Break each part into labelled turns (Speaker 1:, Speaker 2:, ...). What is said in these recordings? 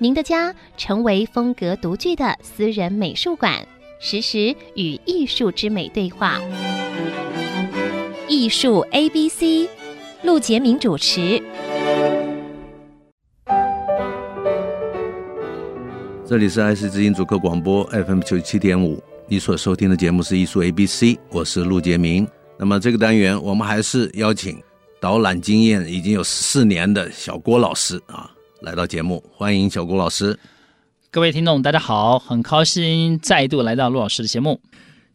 Speaker 1: 您的家成为风格独具的私人美术馆，实时与艺术之美对话。艺术 A B C，陆杰明主持。
Speaker 2: 这里是爱思之音主客广播 FM 九七点五，你所收听的节目是艺术 ABC，我是陆杰明。那么这个单元我们还是邀请导览经验已经有十四年的小郭老师啊来到节目，欢迎小郭老师。
Speaker 3: 各位听众，大家好，很高兴再度来到陆老师的节目。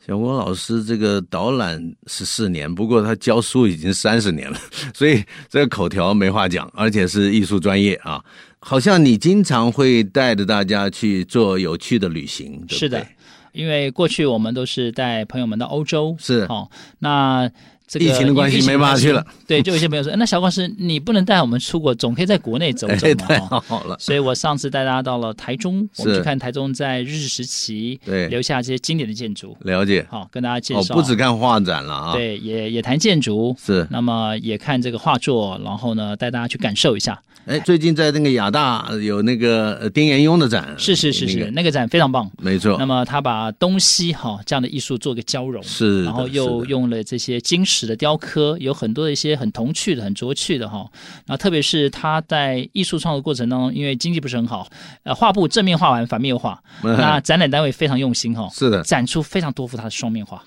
Speaker 2: 小郭老师这个导览十四年，不过他教书已经三十年了， 所以这个口条没话讲，而且是艺术专业啊。好像你经常会带着大家去做有趣的旅行，对不对
Speaker 3: 是的，因为过去我们都是带朋友们到欧洲，
Speaker 2: 是
Speaker 3: 哦，那这个
Speaker 2: 疫情的关系
Speaker 3: 疫
Speaker 2: 没办法去了。
Speaker 3: 对，就有些朋 友说，哎那小光师你不能带我们出国，总可以在国内走走
Speaker 2: 哎，
Speaker 3: 嘛。
Speaker 2: 太
Speaker 3: 哦
Speaker 2: 好了，
Speaker 3: 所以我上次带大家到了台中，我们
Speaker 2: 是
Speaker 3: 去看台中在日治时期
Speaker 2: 对
Speaker 3: 留下这些经典的建筑，
Speaker 2: 了解。
Speaker 3: 好、跟大家介
Speaker 2: 哦，
Speaker 3: 绍。
Speaker 2: 不只看画展了啊，，
Speaker 3: 对，也也谈建筑，
Speaker 2: 是。
Speaker 3: 那么也看这个画作，然后呢带大家去感受一下。
Speaker 2: 哎，最近在那个亚大呃有那个呃丁延庸的展，
Speaker 3: 是是是
Speaker 2: 那
Speaker 3: 是，
Speaker 2: 个，
Speaker 3: 那个展非常棒。
Speaker 2: 没错
Speaker 3: 那，么他把东西哈、这样的艺术做个交融，
Speaker 2: 是的，
Speaker 3: 然后又
Speaker 2: 是的
Speaker 3: 用了这些金石的雕刻，有很多的一些很童趣的、很拙趣的哈、然后特别是他在艺术创作过程当中，因为经济不是很好，呃，画布正面画完，反面又画，
Speaker 2: 嗯
Speaker 3: 那展览单位非常用心哈、
Speaker 2: 是的，
Speaker 3: 展出非常多幅他的双面画，所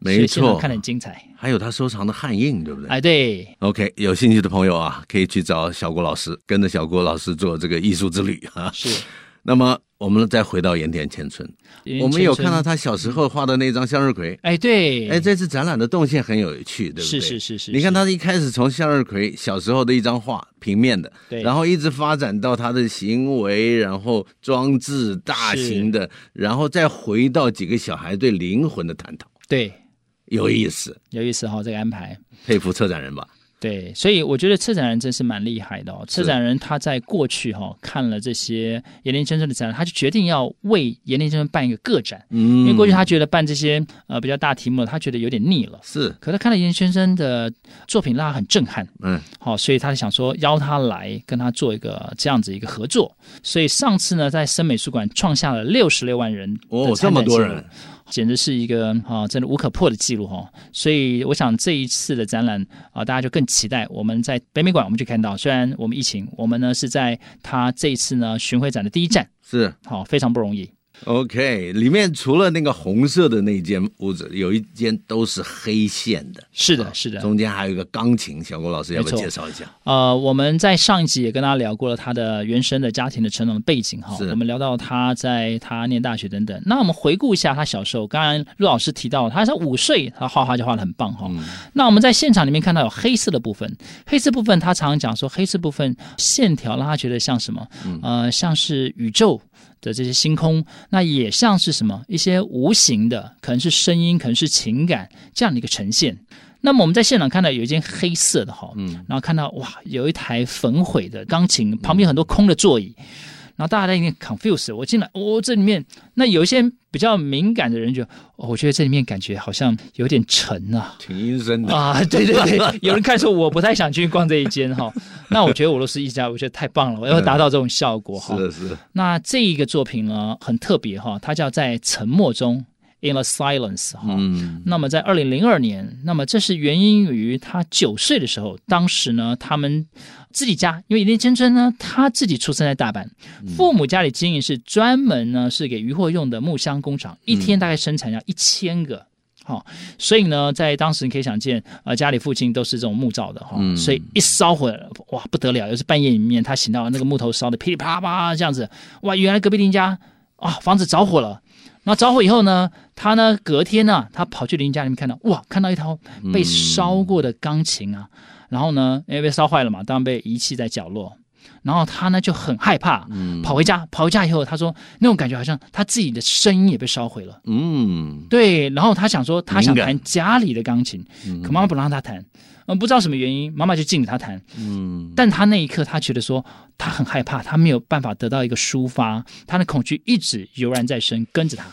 Speaker 2: 没
Speaker 3: 以现场
Speaker 2: 错，
Speaker 3: 看得很精彩。
Speaker 2: 还有他收藏的汉印，对不对？
Speaker 3: 哎，对，
Speaker 2: OK，有兴趣的朋友啊，可以去找小郭老师，跟着小郭老师做这个艺术之旅啊。
Speaker 3: 是。
Speaker 2: 那么我们再回到盐田千春，
Speaker 3: 因 为
Speaker 2: 我们有看到
Speaker 3: 前村，
Speaker 2: 他小时候画的那张向日葵。
Speaker 3: 哎，对，
Speaker 2: 哎，这次展览的动线很有趣，对不对？
Speaker 3: 是是是是，
Speaker 2: 你看
Speaker 3: 是
Speaker 2: 他一开始从向日葵小时候的一张画，平面的，
Speaker 3: 对
Speaker 2: 然后一直发展到他的行为，然后装置大型的，然后再回到几个小孩对灵魂的探讨，
Speaker 3: 对
Speaker 2: 有意思，
Speaker 3: 有意思哈、这个安排。
Speaker 2: 佩服策展人吧？
Speaker 3: 对，所以我觉得策展人真是蛮厉害的哦。策展人他在过去哈、看了这些岩田先生的展览，他就决定要为岩田先生办一个个展，
Speaker 2: 嗯，
Speaker 3: 因为过去他觉得办这些呃比较大题目，他觉得有点腻了。
Speaker 2: 嗯是，
Speaker 3: 可他看了岩田先生的作品，让他很震撼，
Speaker 2: 嗯，
Speaker 3: 好、所以他想说邀他来跟他做一个这样子一个合作。所以上次呢，在深美术馆创下了六十六万人
Speaker 2: 哦
Speaker 3: 的参
Speaker 2: 这么
Speaker 3: 展
Speaker 2: 多
Speaker 3: 记录
Speaker 2: 人
Speaker 3: 简直是一个啊，真的无可破的记录哈、所以我想这一次的展览啊，大家就更期待。我们在北美馆，我们就看到，虽然我们疫情，我们呢是在他这一次呢巡回展的第一站，
Speaker 2: 是
Speaker 3: 好、非常不容易。
Speaker 2: OK。里面除了那个红色的那间屋子，有一间都是黑线的，
Speaker 3: 是的，是的。
Speaker 2: 中间还有一个钢琴，小郭老师要不要
Speaker 3: 没错
Speaker 2: 介绍一下？
Speaker 3: 呃，我们在上一集也跟大家聊过了他的原生的家庭的成长的背景哈
Speaker 2: 是，
Speaker 3: 我们聊到他在他念大学等等。那我们回顾一下他小时候，刚刚陆老师提到他在五岁，他画画就画的很棒哈。那我们在现场里面看到有黑色的部分，黑色部分他常常讲说黑色部分线条让他觉得像什么？呃，像是宇宙。的这些星空，那也像是什么一些无形的，可能是声音，可能是情感这样的一个呈现。那么我们在现场看到有一间黑色的哈，嗯，然后看到哇，有一台焚毁的钢琴，旁边很多空的座椅，然后大家在那边 confuse。我进来，我、哦、这里面那有一些比较敏感的人就，哦，我觉得这里面感觉好像有点沉 啊。
Speaker 2: 挺阴森的，
Speaker 3: 啊，对对对，有人看说我不太想去逛这一间哈，那我觉得俄罗斯一家，我觉得太棒了，我要达到这种效果哈
Speaker 2: 是。的，是的，
Speaker 3: 那这一个作品呢，很特别哈，它叫在沉默中 （In the Silence） 哈。
Speaker 2: 嗯，
Speaker 3: 那么在二零零二年，那么这是源因于他九岁的时候，当时呢，他们自己家，因为林千春呢，他自己出生在大阪，父母家里经营是专门呢是给渔获用的木箱工厂，一天大概生产要一千个。好、所以呢，在当时你可以想见，呃，家里附近都是这种木造的哈、
Speaker 2: 嗯
Speaker 3: 所以一烧火，哇，不得了！又是半夜里面，他醒到那个木头烧的噼里啪啦啪这样子，哇，原来隔壁邻家啊房子着火了，那着火以后呢，他呢隔天呢、他跑去邻家里面看到，哇，看到一套被烧过的钢琴啊，然后呢，因为被烧坏了嘛，当然被遗弃在角落。然后他呢就很害怕，
Speaker 2: 嗯
Speaker 3: 跑回家，跑回家以后，他说那种感觉好像他自己的声音也被烧毁了。
Speaker 2: 嗯，
Speaker 3: 对，然后他想说，他想
Speaker 2: 敏感
Speaker 3: 弹家里的钢琴，可妈妈不让他弹，嗯，不知道什么原因，妈妈就禁止他弹。
Speaker 2: 嗯，
Speaker 3: 但他那一刻，他觉得说他很害怕，他没有办法得到一个抒发，他的恐惧一直油然在身，跟着他。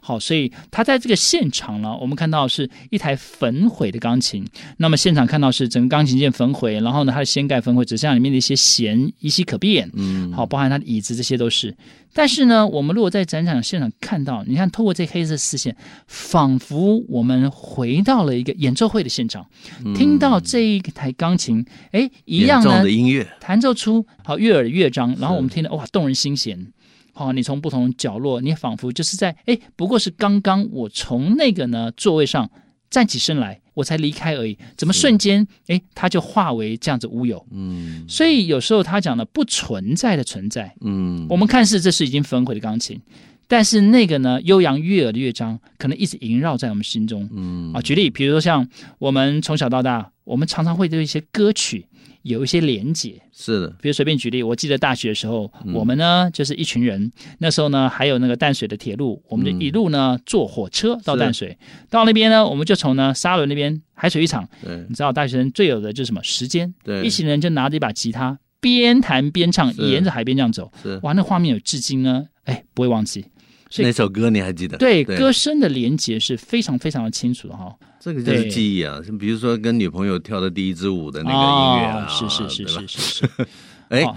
Speaker 3: 好，所以他在这个现场呢，我们看到是一台焚毁的钢琴。那么现场看到是整个钢琴键焚毁，然后呢，它的掀盖焚毁，只剩下里面的一些弦依稀可辨。
Speaker 2: 嗯，
Speaker 3: 好，包含它的椅子，这些都是。但是呢，我们如果在展场现场看到，你看透过这黑色丝线，仿佛我们回到了一个演奏会的现场，听到这一台钢琴，哎，
Speaker 2: 嗯
Speaker 3: 一
Speaker 2: 演
Speaker 3: 样
Speaker 2: 奏
Speaker 3: 呢
Speaker 2: 的，音乐，
Speaker 3: 弹奏出好悦耳的乐章，然后我们听得哇动人心弦。好，你从不同角落，你仿佛就是在哎，不过是刚刚我从那个呢座位上站起身来，我才离开而已，怎么瞬间哎，它就化为这样子乌有？
Speaker 2: 嗯
Speaker 3: 所以有时候他讲的不存在的存在，
Speaker 2: 嗯，
Speaker 3: 我们看似这是已经焚毁的钢琴，但是那个呢悠扬悦耳的乐章，可能一直萦绕在我们心中。
Speaker 2: 嗯
Speaker 3: 啊，举例，比如说像我们从小到大，我们常常会对一些歌曲有一些连结。
Speaker 2: 是的，
Speaker 3: 比如随便举例，我记得大学的时候，
Speaker 2: 嗯
Speaker 3: 我们呢就是一群人，那时候呢还有那个淡水的铁路，我们就一路呢坐火车
Speaker 2: 嗯
Speaker 3: 到
Speaker 2: 是
Speaker 3: 淡水，到那边呢我们就从呢沙仑那边海水浴场
Speaker 2: 对
Speaker 3: 你知道大学生最有的就是什么时间，
Speaker 2: 对
Speaker 3: 一群人就拿着一把吉他，边弹边唱，
Speaker 2: 是
Speaker 3: 沿着海边这样走，
Speaker 2: 是
Speaker 3: 哇，那画面有至今呢，哎，不会忘记。所以
Speaker 2: 那首歌你还记得？
Speaker 3: 对歌声的连结是非常非常的清楚的哈，
Speaker 2: 这个就是
Speaker 3: 对
Speaker 2: 记忆啊，比如说跟女朋友跳的第一支舞的那个音乐啊，
Speaker 3: 哦是是是
Speaker 2: 对吧
Speaker 3: 是是是，
Speaker 2: 哎
Speaker 3: 哦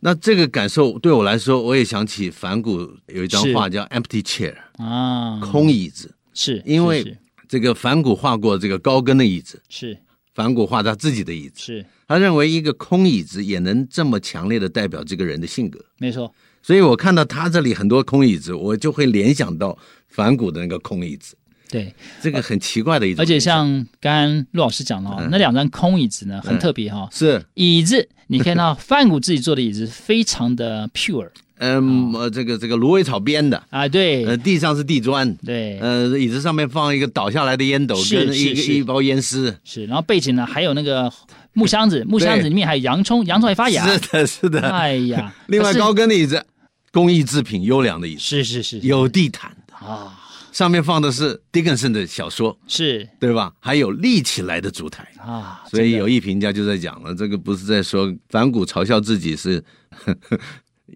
Speaker 2: 那这个感受对我来说，我也想起反骨有一张
Speaker 3: 是
Speaker 2: 画叫《Empty Chair》
Speaker 3: 啊，
Speaker 2: 空椅子。
Speaker 3: 是
Speaker 2: 因为
Speaker 3: 是
Speaker 2: 这个反骨画过这个高跟的椅子，
Speaker 3: 是
Speaker 2: 反骨画他自己的椅子。
Speaker 3: 是
Speaker 2: 他认为一个空椅子也能这么强烈的代表这个人的性格，
Speaker 3: 没错，
Speaker 2: 所以我看到他这里很多空椅子，我就会联想到反骨的那个空椅子，
Speaker 3: 对，
Speaker 2: 这个很奇怪的一种
Speaker 3: 呃而
Speaker 2: 联想。
Speaker 3: 且像刚刚陆老师讲的哈，那两张空椅子呢很
Speaker 2: 嗯
Speaker 3: 特别哈，
Speaker 2: 是
Speaker 3: 椅子你看到范谷自己做的椅子 非常的 pure
Speaker 2: 嗯、呃这个这个芦苇草编的，
Speaker 3: 啊，哦对
Speaker 2: 呃，地上是地砖，
Speaker 3: 对，
Speaker 2: 呃，椅子上面放一个倒下来的烟斗
Speaker 3: 是
Speaker 2: 跟一
Speaker 3: 是
Speaker 2: 个
Speaker 3: 是
Speaker 2: 一包烟丝。
Speaker 3: 是，然后背景呢还有那个木箱子，木箱子里面还有洋葱，洋葱还发芽。
Speaker 2: 是的，是的。
Speaker 3: 哎呀，
Speaker 2: 另外
Speaker 3: 可是
Speaker 2: 高跟的椅子，工艺制品优良的椅子，
Speaker 3: 是是是
Speaker 2: 有地毯的，
Speaker 3: 啊，
Speaker 2: 上面放的是狄更森的小说，
Speaker 3: 是
Speaker 2: 对吧？还有立起来的烛台。
Speaker 3: 啊，
Speaker 2: 所以
Speaker 3: 真的
Speaker 2: 有一评价就在讲了，这个不是在说反骨嘲笑自己是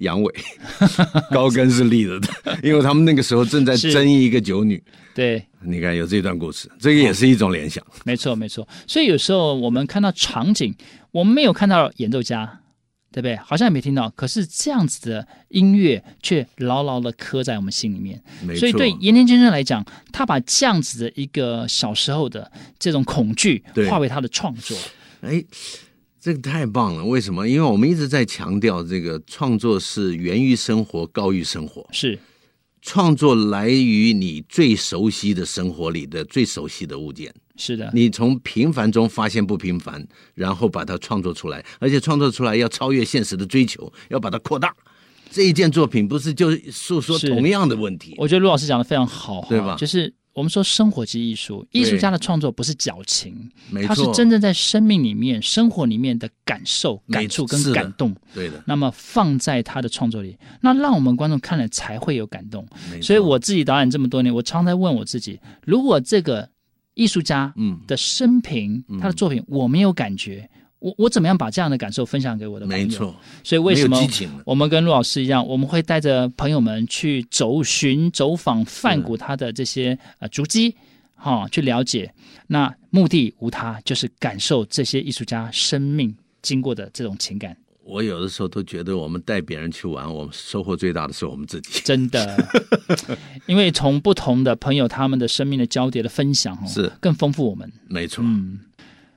Speaker 2: 阳痿， 高跟是立着的， 因为他们那个时候正在
Speaker 3: 是
Speaker 2: 争议一个九女。
Speaker 3: 对，
Speaker 2: 你看有这段故事，这个也是一种联想。
Speaker 3: 没错没错。所以有时候我们看到场景，我们没有看到演奏家，对不对？好像也没听到，可是这样子的音乐却牢牢的刻在我们心里面。
Speaker 2: 没错，
Speaker 3: 嗯所以对岩田先生来讲，他把这样子的一个小时候的这种恐惧
Speaker 2: 对
Speaker 3: 化为他的创作。
Speaker 2: 哎，这个太棒了！为什么？因为我们一直在强调，这个创作是源于生活，高于生活。
Speaker 3: 是
Speaker 2: 创作来于你最熟悉的生活里的最熟悉的物件，
Speaker 3: 是的，
Speaker 2: 你从平凡中发现不平凡，然后把它创作出来，而且创作出来要超越现实的追求，要把它扩大。这一件作品不是就诉说
Speaker 3: 是
Speaker 2: 同样的问题？
Speaker 3: 我觉得陆老师讲的非常好，
Speaker 2: 对吧
Speaker 3: 就是我们说生活即艺术，艺术家的创作不是矫情，
Speaker 2: 没
Speaker 3: 他是
Speaker 2: 错，
Speaker 3: 真正在生命里面、生活里面的感受、
Speaker 2: 没
Speaker 3: 感触
Speaker 2: 是
Speaker 3: 跟
Speaker 2: 的
Speaker 3: 感动，
Speaker 2: 对的。
Speaker 3: 那么放在他的创作里，那让我们观众看了才会有感动。
Speaker 2: 没错
Speaker 3: 所以我自己导演这么多年，我常在问我自己：如果这个艺术家
Speaker 2: 嗯，
Speaker 3: 的生平、他的作品我没有感觉，我我怎么样把这样的感受分享给我的朋友？
Speaker 2: 没，错，
Speaker 3: 所以为什么
Speaker 2: 没有激情了
Speaker 3: 我们跟陆老师一样，我们会带着朋友们去走寻、走访
Speaker 2: 嗯
Speaker 3: 梵谷他的这些呃足迹，哈、去了解。那目的无他，就是感受这些艺术家生命经过的这种情感。
Speaker 2: 我有的时候都觉得，我们带别人去玩，我们收获最大的是我们自己。
Speaker 3: 真的， 因为从不同的朋友他们的生命的交叠的分享哦，
Speaker 2: 是
Speaker 3: 更丰富我们。
Speaker 2: 没错，
Speaker 3: 嗯，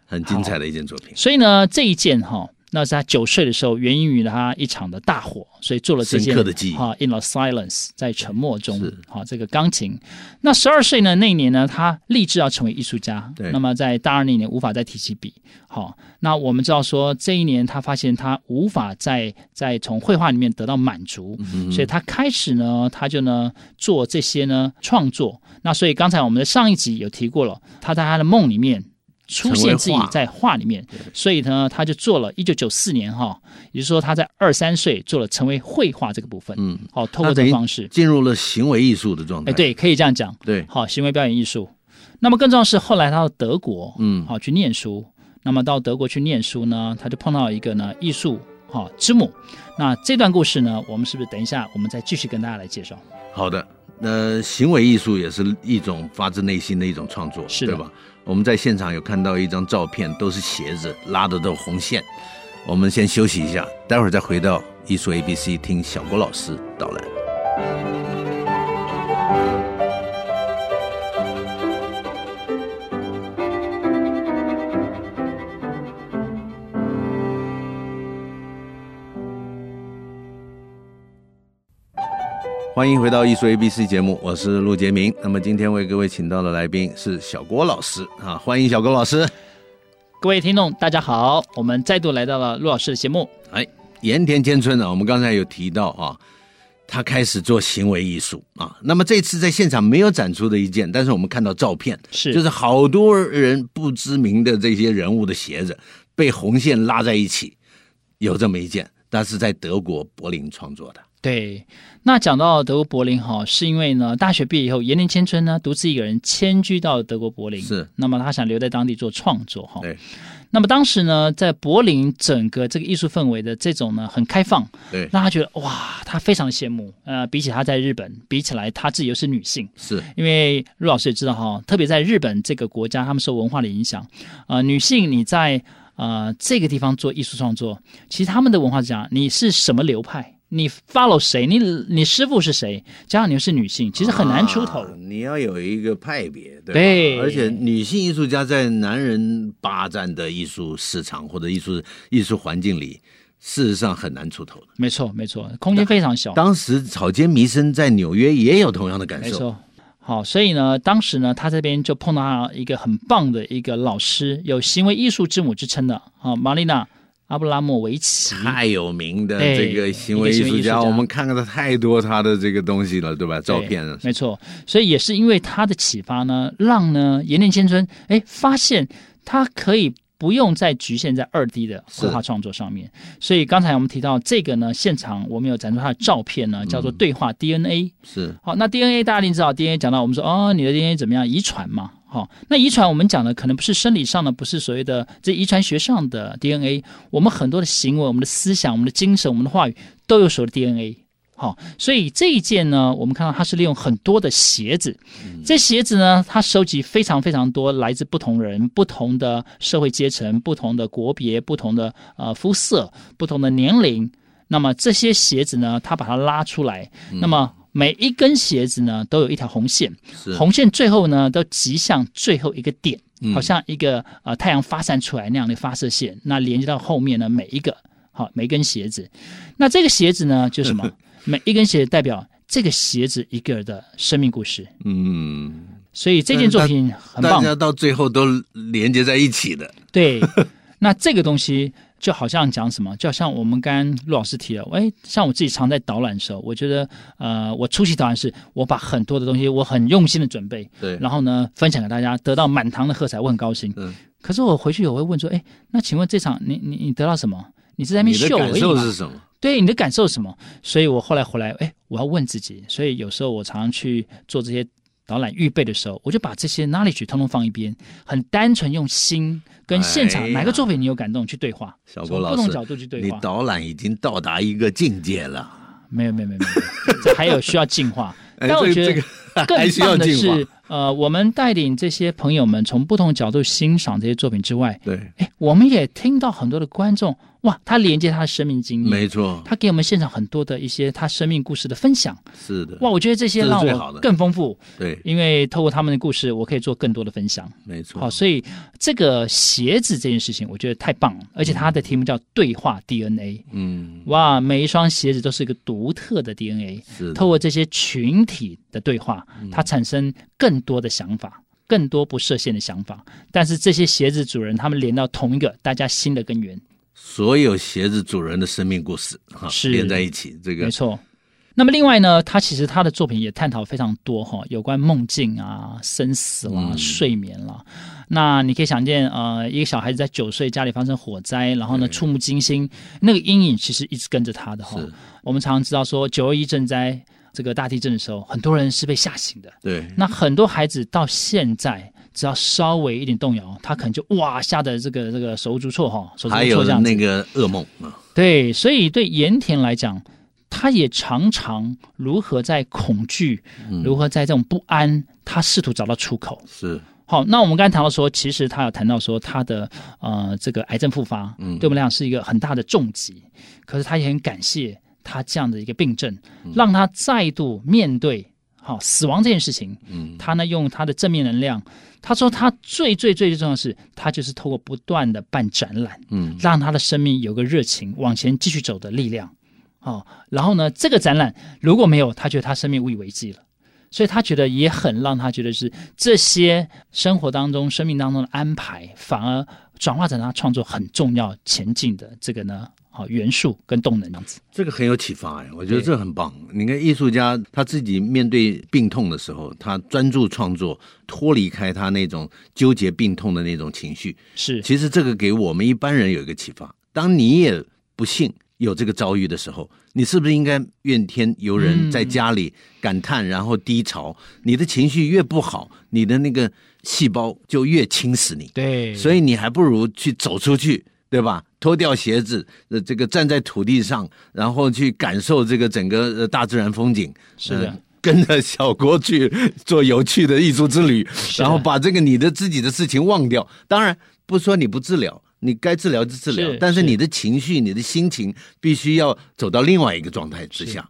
Speaker 2: 很精彩的一件作品。
Speaker 3: 所以呢，这一件哈、那是他九岁的时候，源于他一场的大火，所以做了这件
Speaker 2: 深刻的记忆
Speaker 3: 哈、i n the silence，在沉默中
Speaker 2: 是，
Speaker 3: 哈、这个钢琴。那十二岁呢，那一年呢，他立志要成为艺术家。
Speaker 2: 对
Speaker 3: 那么在大二那年无法再提起笔。好、那我们知道说这一年他发现他无法再再从绘画里面得到满足，
Speaker 2: 嗯
Speaker 3: 所以他开始呢，他就呢做这些呢创作。那所以刚才我们的上一集有提过了，他在他的梦里面出现自己在画里面，所以呢，他就做了一九九四年哈，也就是说他在二三岁做了成为绘画这个部分，
Speaker 2: 嗯，
Speaker 3: 好，透过这个方式，
Speaker 2: 进入了行为艺术的状态。
Speaker 3: 哎，对，可以这样讲，
Speaker 2: 对
Speaker 3: 好，行为表演艺术。那么更重要的是，后来他到德国，
Speaker 2: 嗯
Speaker 3: 好去念书。那么到德国去念书呢，他就碰到一个呢艺术哈之母。那这段故事呢，我们是不是等一下我们再继续跟大家来介绍？
Speaker 2: 好的，那行为艺术也是一种发自内心的一种创作，
Speaker 3: 是的
Speaker 2: 对吧？我们在现场有看到一张照片，都是鞋子拉的都红线。我们先休息一下，待会儿再回到艺术 A B C 听小郭老师导览。欢迎回到艺术 ABC 节目，我是陆杰明。那么今天为各位请到的来宾是小郭老师啊，欢迎小郭老师。
Speaker 3: 各位听众，大家好，我们再度来到了陆老师的节目。
Speaker 2: 哎，盐田千春呢，我们刚才有提到啊，他开始做行为艺术啊。那么这次在现场没有展出的一件，但是我们看到照片，
Speaker 3: 是
Speaker 2: 就是好多人不知名的这些人物的鞋子被红线拉在一起，有这么一件，但是在德国柏林创作的。
Speaker 3: 对，那讲到德国柏林哈，是因为呢，大学毕业以后，延龄千春呢独自一个人迁居到德国柏林，
Speaker 2: 是。
Speaker 3: 那么他想留在当地做创作哈。
Speaker 2: 对。
Speaker 3: 那么当时呢，在柏林整个这个艺术氛围的这种呢很开放，
Speaker 2: 对，
Speaker 3: 让他觉得哇，他非常的羡慕。呃，比起他在日本比起来，他自己又是女性，
Speaker 2: 是
Speaker 3: 因为陆老师也知道哈，特别在日本这个国家，他们受文化的影响，呃，女性你在呃这个地方做艺术创作，其实他们的文化是这样，你是什么流派，你 follow 谁，你你师傅是谁，加上你又是女性，其实很难出头。
Speaker 2: 啊你要有一个派别，对吧
Speaker 3: 对
Speaker 2: 而且女性艺术家在男人霸占的艺术市场或者艺术艺术环境里，事实上很难出头的。
Speaker 3: 没错，没错，空间非常小。
Speaker 2: 当时草间弥生在纽约也有同样的感
Speaker 3: 没
Speaker 2: 受，
Speaker 3: 错。好，所以呢，当时呢，他这边就碰到一个很棒的一个老师，有行为艺术之母之称的啊，玛丽娜·阿布拉莫维奇。
Speaker 2: 太有名的
Speaker 3: 对
Speaker 2: 这个行为艺
Speaker 3: 一个行为
Speaker 2: 术
Speaker 3: 艺术家
Speaker 2: 家，我们看到太多他的这个东西了，对吧？照片啊
Speaker 3: 对没错，所以也是因为他的启发呢，让呢延年千春哎发现他可以不用再局限在二 D 的绘画创作上面。所以刚才我们提到这个呢，现场我们有展出他的照片呢，叫做对话 DNA。
Speaker 2: 是
Speaker 3: 好，那 DNA 大家一定知道，DNA 讲到我们说哦，你的 DNA 怎么样，遗传嘛。好，那遗传我们讲的可能不是生理上的，不是所谓的这遗传学上的 DNA，我们很多的行为、我们的思想、我们的精神、我们的话语都有所谓的 DNA。好，所以这一件呢，我们看到它是利用很多的鞋子，这鞋子呢，它收集非常非常多来自不同人、不同的社会阶层、不同的国别、不同的呃肤色、不同的年龄。那么这些鞋子呢，它把它拉出来，
Speaker 2: 嗯
Speaker 3: 那么每一根鞋子呢，都有一条红线，
Speaker 2: 是
Speaker 3: 红线最后呢，都集向最后一个点，
Speaker 2: 嗯
Speaker 3: 好像一个呃太阳发散出来那样的发射线，那连接到后面呢每一个好每一根鞋子，那这个鞋子呢就 是什么？每一根鞋子代表这个鞋子一个的生命故事，
Speaker 2: 嗯，
Speaker 3: 所以这件作品很
Speaker 2: 大
Speaker 3: 棒，
Speaker 2: 家到最后都连接在一起的，
Speaker 3: 对。那这个东西就好像讲什么，就好像我们刚刚陆老师提了，哎，像我自己常在导览的时候，我觉得呃，我出席导览是我把很多的东西我很用心的准备，
Speaker 2: 对，
Speaker 3: 然后呢，分享给大家，得到满堂的喝彩，我很高兴。
Speaker 2: 嗯
Speaker 3: 可是我回去我会问说，哎，那请问这场你你你得到什么？你是在那边
Speaker 2: 你的
Speaker 3: 秀哎
Speaker 2: 感
Speaker 3: 而已
Speaker 2: 受
Speaker 3: 嘛？
Speaker 2: 是什么？
Speaker 3: 对，你的感受是什么？所以我后来回来，哎，我要问自己。所以有时候我常常去做这些导览预备的时候，我就把这些 knowledge 通通放一边，很单纯用心跟现场、
Speaker 2: 哎呀
Speaker 3: 哪个作品你有感动去对话，
Speaker 2: 小郭
Speaker 3: 从
Speaker 2: 老
Speaker 3: 不
Speaker 2: 师
Speaker 3: 同角度去对
Speaker 2: 你
Speaker 3: 话。
Speaker 2: 导览已经到达一个境界了。
Speaker 3: 没有没有没有没有，这还有需要进化。
Speaker 2: 哎
Speaker 3: 但我
Speaker 2: 这
Speaker 3: 觉
Speaker 2: 这个
Speaker 3: 得
Speaker 2: 还
Speaker 3: 更
Speaker 2: 需要
Speaker 3: 棒的
Speaker 2: 进化
Speaker 3: 是，呃，我们带领这些朋友们从不同角度欣赏这些作品之外，
Speaker 2: 对，
Speaker 3: 哎，我们也听到很多的观众，哇，他连接他的生命经验，
Speaker 2: 没错，
Speaker 3: 他给我们现场很多的一些他生命故事的分享，
Speaker 2: 是的，
Speaker 3: 哇，我觉得这些
Speaker 2: 这是
Speaker 3: 让
Speaker 2: 最好
Speaker 3: 我
Speaker 2: 的
Speaker 3: 更丰富，
Speaker 2: 对，
Speaker 3: 因为透过他们的故事，我可以做更多的分享。
Speaker 2: 没错，
Speaker 3: 好，所以这个鞋子这件事情，我觉得太棒了，而且它的题目叫“对话 DNA”，
Speaker 2: 嗯，
Speaker 3: 哇，每一双鞋子都是一个独特的 DNA，
Speaker 2: 是的嗯
Speaker 3: 透过这些群体的对话，它产生更多的想法，更多不设限的想法。但是这些鞋子主人他们连到同一个大家新的根源，
Speaker 2: 所有鞋子主人的生命故事哈
Speaker 3: 是
Speaker 2: 连在一起，这个
Speaker 3: 没错，那么另外呢，他其实他的作品也探讨非常多哈，有关梦境啊、生死啦、
Speaker 2: 嗯
Speaker 3: 睡眠啦。那你可以想见，呃，一个小孩子在九岁家里发生火灾，然后呢触目惊心，那个阴影其实一直跟着他的哈
Speaker 2: 是。
Speaker 3: 我们常常知道说九二一赈灾这个大地震的时候，很多人是被吓醒的。
Speaker 2: 对，
Speaker 3: 那很多孩子到现在，只要稍微一点动摇，他可能就哇吓得这个这个手足措哈，手足
Speaker 2: 还
Speaker 3: 无
Speaker 2: 有
Speaker 3: 措这样子。
Speaker 2: 那个噩梦啊，
Speaker 3: 对，所以对盐田来讲，他也常常如何在恐惧，
Speaker 2: 嗯
Speaker 3: 如何在这种不安，他试图找到出口。
Speaker 2: 是
Speaker 3: 好，那我们刚才谈到说，其实他有谈到说他的呃这个癌症复发，
Speaker 2: 嗯
Speaker 3: 对我们来讲是一个很大的重击。可是他也很感谢他这样的一个病症，
Speaker 2: 嗯
Speaker 3: 让他再度面对好、死亡这件事情。
Speaker 2: 嗯
Speaker 3: 他呢用他的正面能量，他说他最最最最重要的是，他就是透过不断的办展览，
Speaker 2: 嗯
Speaker 3: 让他的生命有个热情往前继续走的力量。哦，然后呢，这个展览如果没有，他觉得他生命无以为继了。所以他觉得也很让他觉得是这些生活当中、生命当中的安排，反而转化成他创作很重要前进的这个呢，好、元素跟动能这样子。
Speaker 2: 这个很有启发哎，我觉得
Speaker 3: 对
Speaker 2: 这很棒。你看，艺术家他自己面对病痛的时候，他专注创作，脱离开他那种纠结病痛的那种情绪。
Speaker 3: 是，
Speaker 2: 其实这个给我们一般人有一个启发：当你也不幸有这个遭遇的时候，你是不是应该怨天尤人，
Speaker 3: 嗯
Speaker 2: 在家里感叹，然后低潮？你的情绪越不好，你的那个细胞就越侵蚀你。
Speaker 3: 对，
Speaker 2: 所
Speaker 3: 以
Speaker 2: 以你还不如去走出去，对吧？脱掉鞋子，呃，这个站在土地上，然后去感受这个整个呃大自然风景。
Speaker 3: 是的
Speaker 2: 呃跟着小郭去做有趣的艺术之旅，
Speaker 3: 的
Speaker 2: 然后把这个你的自己的事情忘掉。当然，不说你不治疗，你该治疗就治疗，
Speaker 3: 是
Speaker 2: 但是
Speaker 3: 是
Speaker 2: 你的情绪、你的心情必须要走到另外一个状态之下，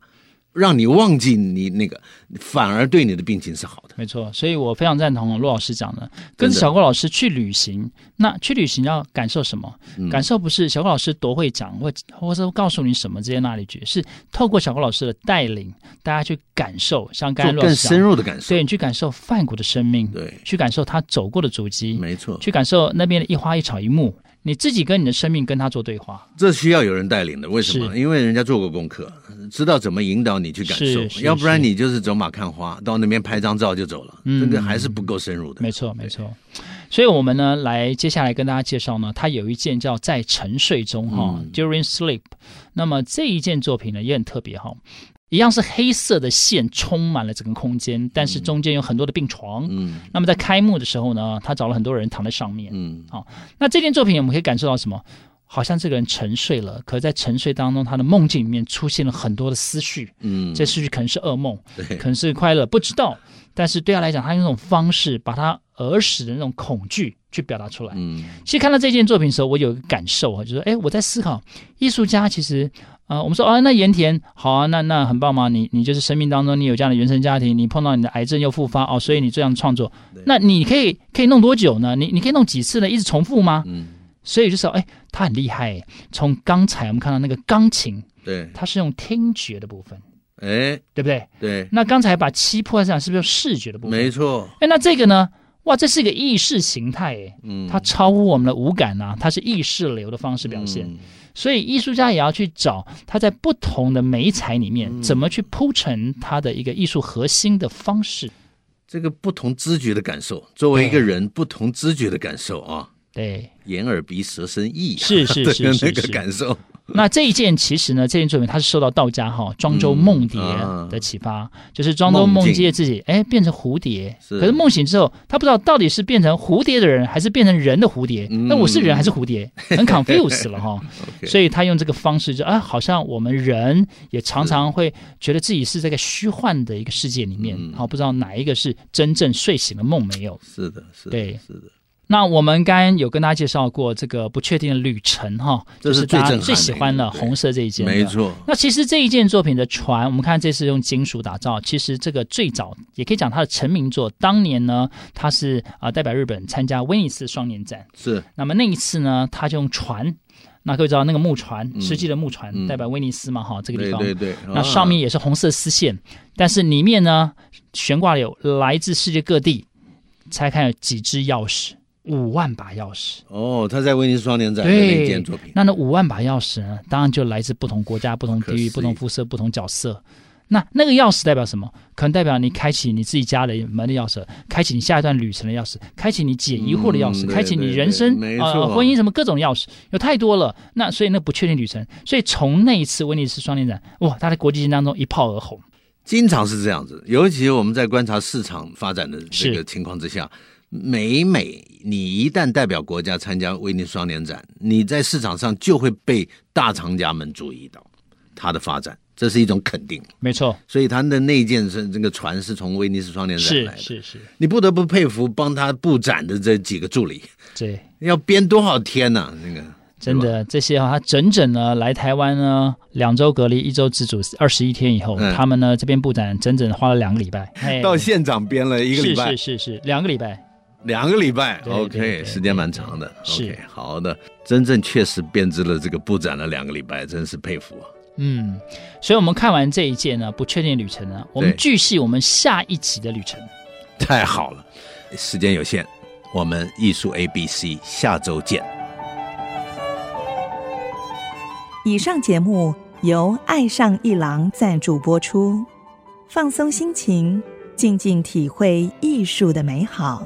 Speaker 2: 让你忘记你那个，反而对你的病情是好的。
Speaker 3: 没错，所以我非常赞同陆老师讲的，跟
Speaker 2: 真的
Speaker 3: 小郭老师去旅行，那去旅行要感受什么？
Speaker 2: 嗯
Speaker 3: 感受不是小郭老师多会讲，或或者告诉你什么这些那里去，是透过小郭老师的带领，大家去感受，像刚才
Speaker 2: 做
Speaker 3: 陆老
Speaker 2: 更
Speaker 3: 师
Speaker 2: 深
Speaker 3: 讲，
Speaker 2: 入的感受
Speaker 3: 对，你去感受梵谷的生命，
Speaker 2: 对
Speaker 3: 去感受他走过的足迹，
Speaker 2: 没错，
Speaker 3: 去感受那边的一花一草一木，你自己跟你的生命跟他做对话。
Speaker 2: 这需要有人带领的，为什么？
Speaker 3: 是
Speaker 2: 因为人家做过功课，知道怎么引导你去感
Speaker 3: 是
Speaker 2: 受，
Speaker 3: 是
Speaker 2: 要不然
Speaker 3: 是
Speaker 2: 你就是走马看花，到那边拍张照就走了，
Speaker 3: 嗯
Speaker 2: 这个还是不够深入的。
Speaker 3: 没错，没错。所以，我们呢，来接下来跟大家介绍呢，它有一件叫《在沉睡中》哈、
Speaker 2: 嗯
Speaker 3: d u r i n g Sleep）。那么这一件作品呢，也很特别哈、一样是黑色的线充满了整个空间，但是中间有很多的病床。
Speaker 2: 嗯
Speaker 3: 那么在开幕的时候呢，他找了很多人躺在上面。
Speaker 2: 嗯
Speaker 3: 那这件作品我们可以感受到什么？好像这个人沉睡了，可在沉睡当中，他的梦境里面出现了很多的思绪，
Speaker 2: 嗯，
Speaker 3: 这思绪可能是噩梦，
Speaker 2: 对
Speaker 3: 可能是快乐，不知道。但是对他来讲，他用那种方式把他儿时的那种恐惧去表达出来。
Speaker 2: 嗯
Speaker 3: 其实看到这件作品的时候，我有一个感受啊，就是哎，我在思考，艺术家其实，呃，我们说啊，那盐田好啊，那那很棒嘛，你你就是生命当中你有这样的原生家庭，你碰到你的癌症又复发哦，所以你这样创作，那你可以可以弄多久呢？你你可以弄几次呢？一直重复吗？
Speaker 2: 嗯，
Speaker 3: 所以就说，哎，他很厉害。从刚才我们看到那个钢琴，
Speaker 2: 对，
Speaker 3: 它是用听觉的部分，
Speaker 2: 哎
Speaker 3: 对不对？
Speaker 2: 对，
Speaker 3: 那刚才把七破来讲，是不是用视觉的部分？
Speaker 2: 没错，
Speaker 3: 哎，那这个呢？哇，这是一个意识形态，哎，
Speaker 2: 嗯，
Speaker 3: 它超乎我们的五感啊，它是意识流的方式表现。
Speaker 2: 嗯
Speaker 3: 所以艺术家也要去找他在不同的美材里面，
Speaker 2: 嗯
Speaker 3: 怎么去铺陈他的一个艺术核心的方式。
Speaker 2: 这个不同知觉的感受，作为一个
Speaker 3: 对
Speaker 2: 人不同知觉的感受啊，
Speaker 3: 对，
Speaker 2: 眼耳鼻舌身意啊
Speaker 3: 是 是
Speaker 2: 对
Speaker 3: 是是
Speaker 2: 那个
Speaker 3: 是
Speaker 2: 感受，
Speaker 3: 那这一件其实呢，这件作品它是受到道家哈庄周梦蝶
Speaker 2: 嗯
Speaker 3: 的启发，就是庄周梦见自己哎变成蝴蝶，
Speaker 2: 是
Speaker 3: 可是梦醒之后，他不知道到底是变成蝴蝶的人还是变成人的蝴蝶，
Speaker 2: 嗯
Speaker 3: 那我是人还是 蝴蝶，很 confused 了哈。
Speaker 2: OK
Speaker 3: 所以他用这个方式就啊，好像我们人也常常会觉得自己是在个虚幻的一个世界里面
Speaker 2: 嗯，
Speaker 3: 好不知道哪一个是真正睡醒的梦没有。
Speaker 2: 是的，是的，
Speaker 3: 对
Speaker 2: 是的，
Speaker 3: 那我们刚刚有跟大家介绍过这个不确定的旅程哈，
Speaker 2: 这
Speaker 3: 就是是
Speaker 2: 最
Speaker 3: 大家
Speaker 2: 震撼的
Speaker 3: 最喜欢
Speaker 2: 一
Speaker 3: 的
Speaker 2: 个对
Speaker 3: 红色这一件的，
Speaker 2: 没错，
Speaker 3: 那其实这一件作品的船，我们看这次用金属打造，其实这个最早也可以讲它的成名作。当年呢，它是啊、呃代表日本参加威尼斯双年展，
Speaker 2: 是
Speaker 3: 那么那一次呢，他就用船，那各位知道那个木船，
Speaker 2: 嗯
Speaker 3: 世纪的木船、
Speaker 2: 嗯
Speaker 3: 代表威尼斯嘛，哈，这个地
Speaker 2: 对
Speaker 3: 方。
Speaker 2: 对啊对，
Speaker 3: 那上面也是红色丝线，但是里面呢悬挂了有来自世界各地，猜看有几只钥匙，五万把钥匙。
Speaker 2: 哦，他在威尼斯双年展的那件作品，
Speaker 3: 那那五万把钥匙呢，当然就来自不同国家、不同地
Speaker 2: 不可思
Speaker 3: 域、
Speaker 2: 议
Speaker 3: 不同肤色、不同角色。那那个钥匙代表什么？可能代表你开启你自己家的门的钥匙，开启你下一段旅程的钥匙，开启你解疑惑的钥匙，
Speaker 2: 嗯对
Speaker 3: 开启你
Speaker 2: 对
Speaker 3: 人
Speaker 2: 对
Speaker 3: 生
Speaker 2: 没
Speaker 3: 呃
Speaker 2: 错
Speaker 3: 婚姻什么各种钥匙，有太多了。那所以那不确定旅程，所以从那一次威尼斯双年展，哇，他在国际间当中一炮而红。
Speaker 2: 经常是这样子，尤其我们在观察市场发展的这个
Speaker 3: 是
Speaker 2: 情况之下，每每你一旦代表国家参加威尼斯双年展，你在市场上就会被大藏家们注意到它的发展，这是一种肯定。
Speaker 3: 没错，
Speaker 2: 所以它的内件是这个船是从威尼斯双年展
Speaker 3: 是
Speaker 2: 来的，
Speaker 3: 是是，
Speaker 2: 你不得不佩服帮他布展的这几个助理，
Speaker 3: 对。
Speaker 2: 要编多少天呢、那个
Speaker 3: 真的，这些哈、他整整呢来台湾呢两周隔离，一周自主，二十一天以后，
Speaker 2: 嗯
Speaker 3: 他们呢这边布展整整花了两个礼拜，嘿
Speaker 2: 到县长编了一个礼拜，
Speaker 3: 哎是是是是两个礼拜，
Speaker 2: 两个礼拜
Speaker 3: 对对对
Speaker 2: ，OK，
Speaker 3: 对
Speaker 2: 时间蛮长的。
Speaker 3: 是
Speaker 2: OK，好的，真正确实编织了这个布展了两个礼拜，真是佩 服啊！
Speaker 3: 嗯，所以我们看完这一届呢不确定旅程呢，我们继续我们下一集的旅程，
Speaker 2: 太好了，时间有限，我们艺术 A B C 下周见。
Speaker 4: 以上节目由爱上一郎赞助播出，放松心情，静静体会艺术的美好。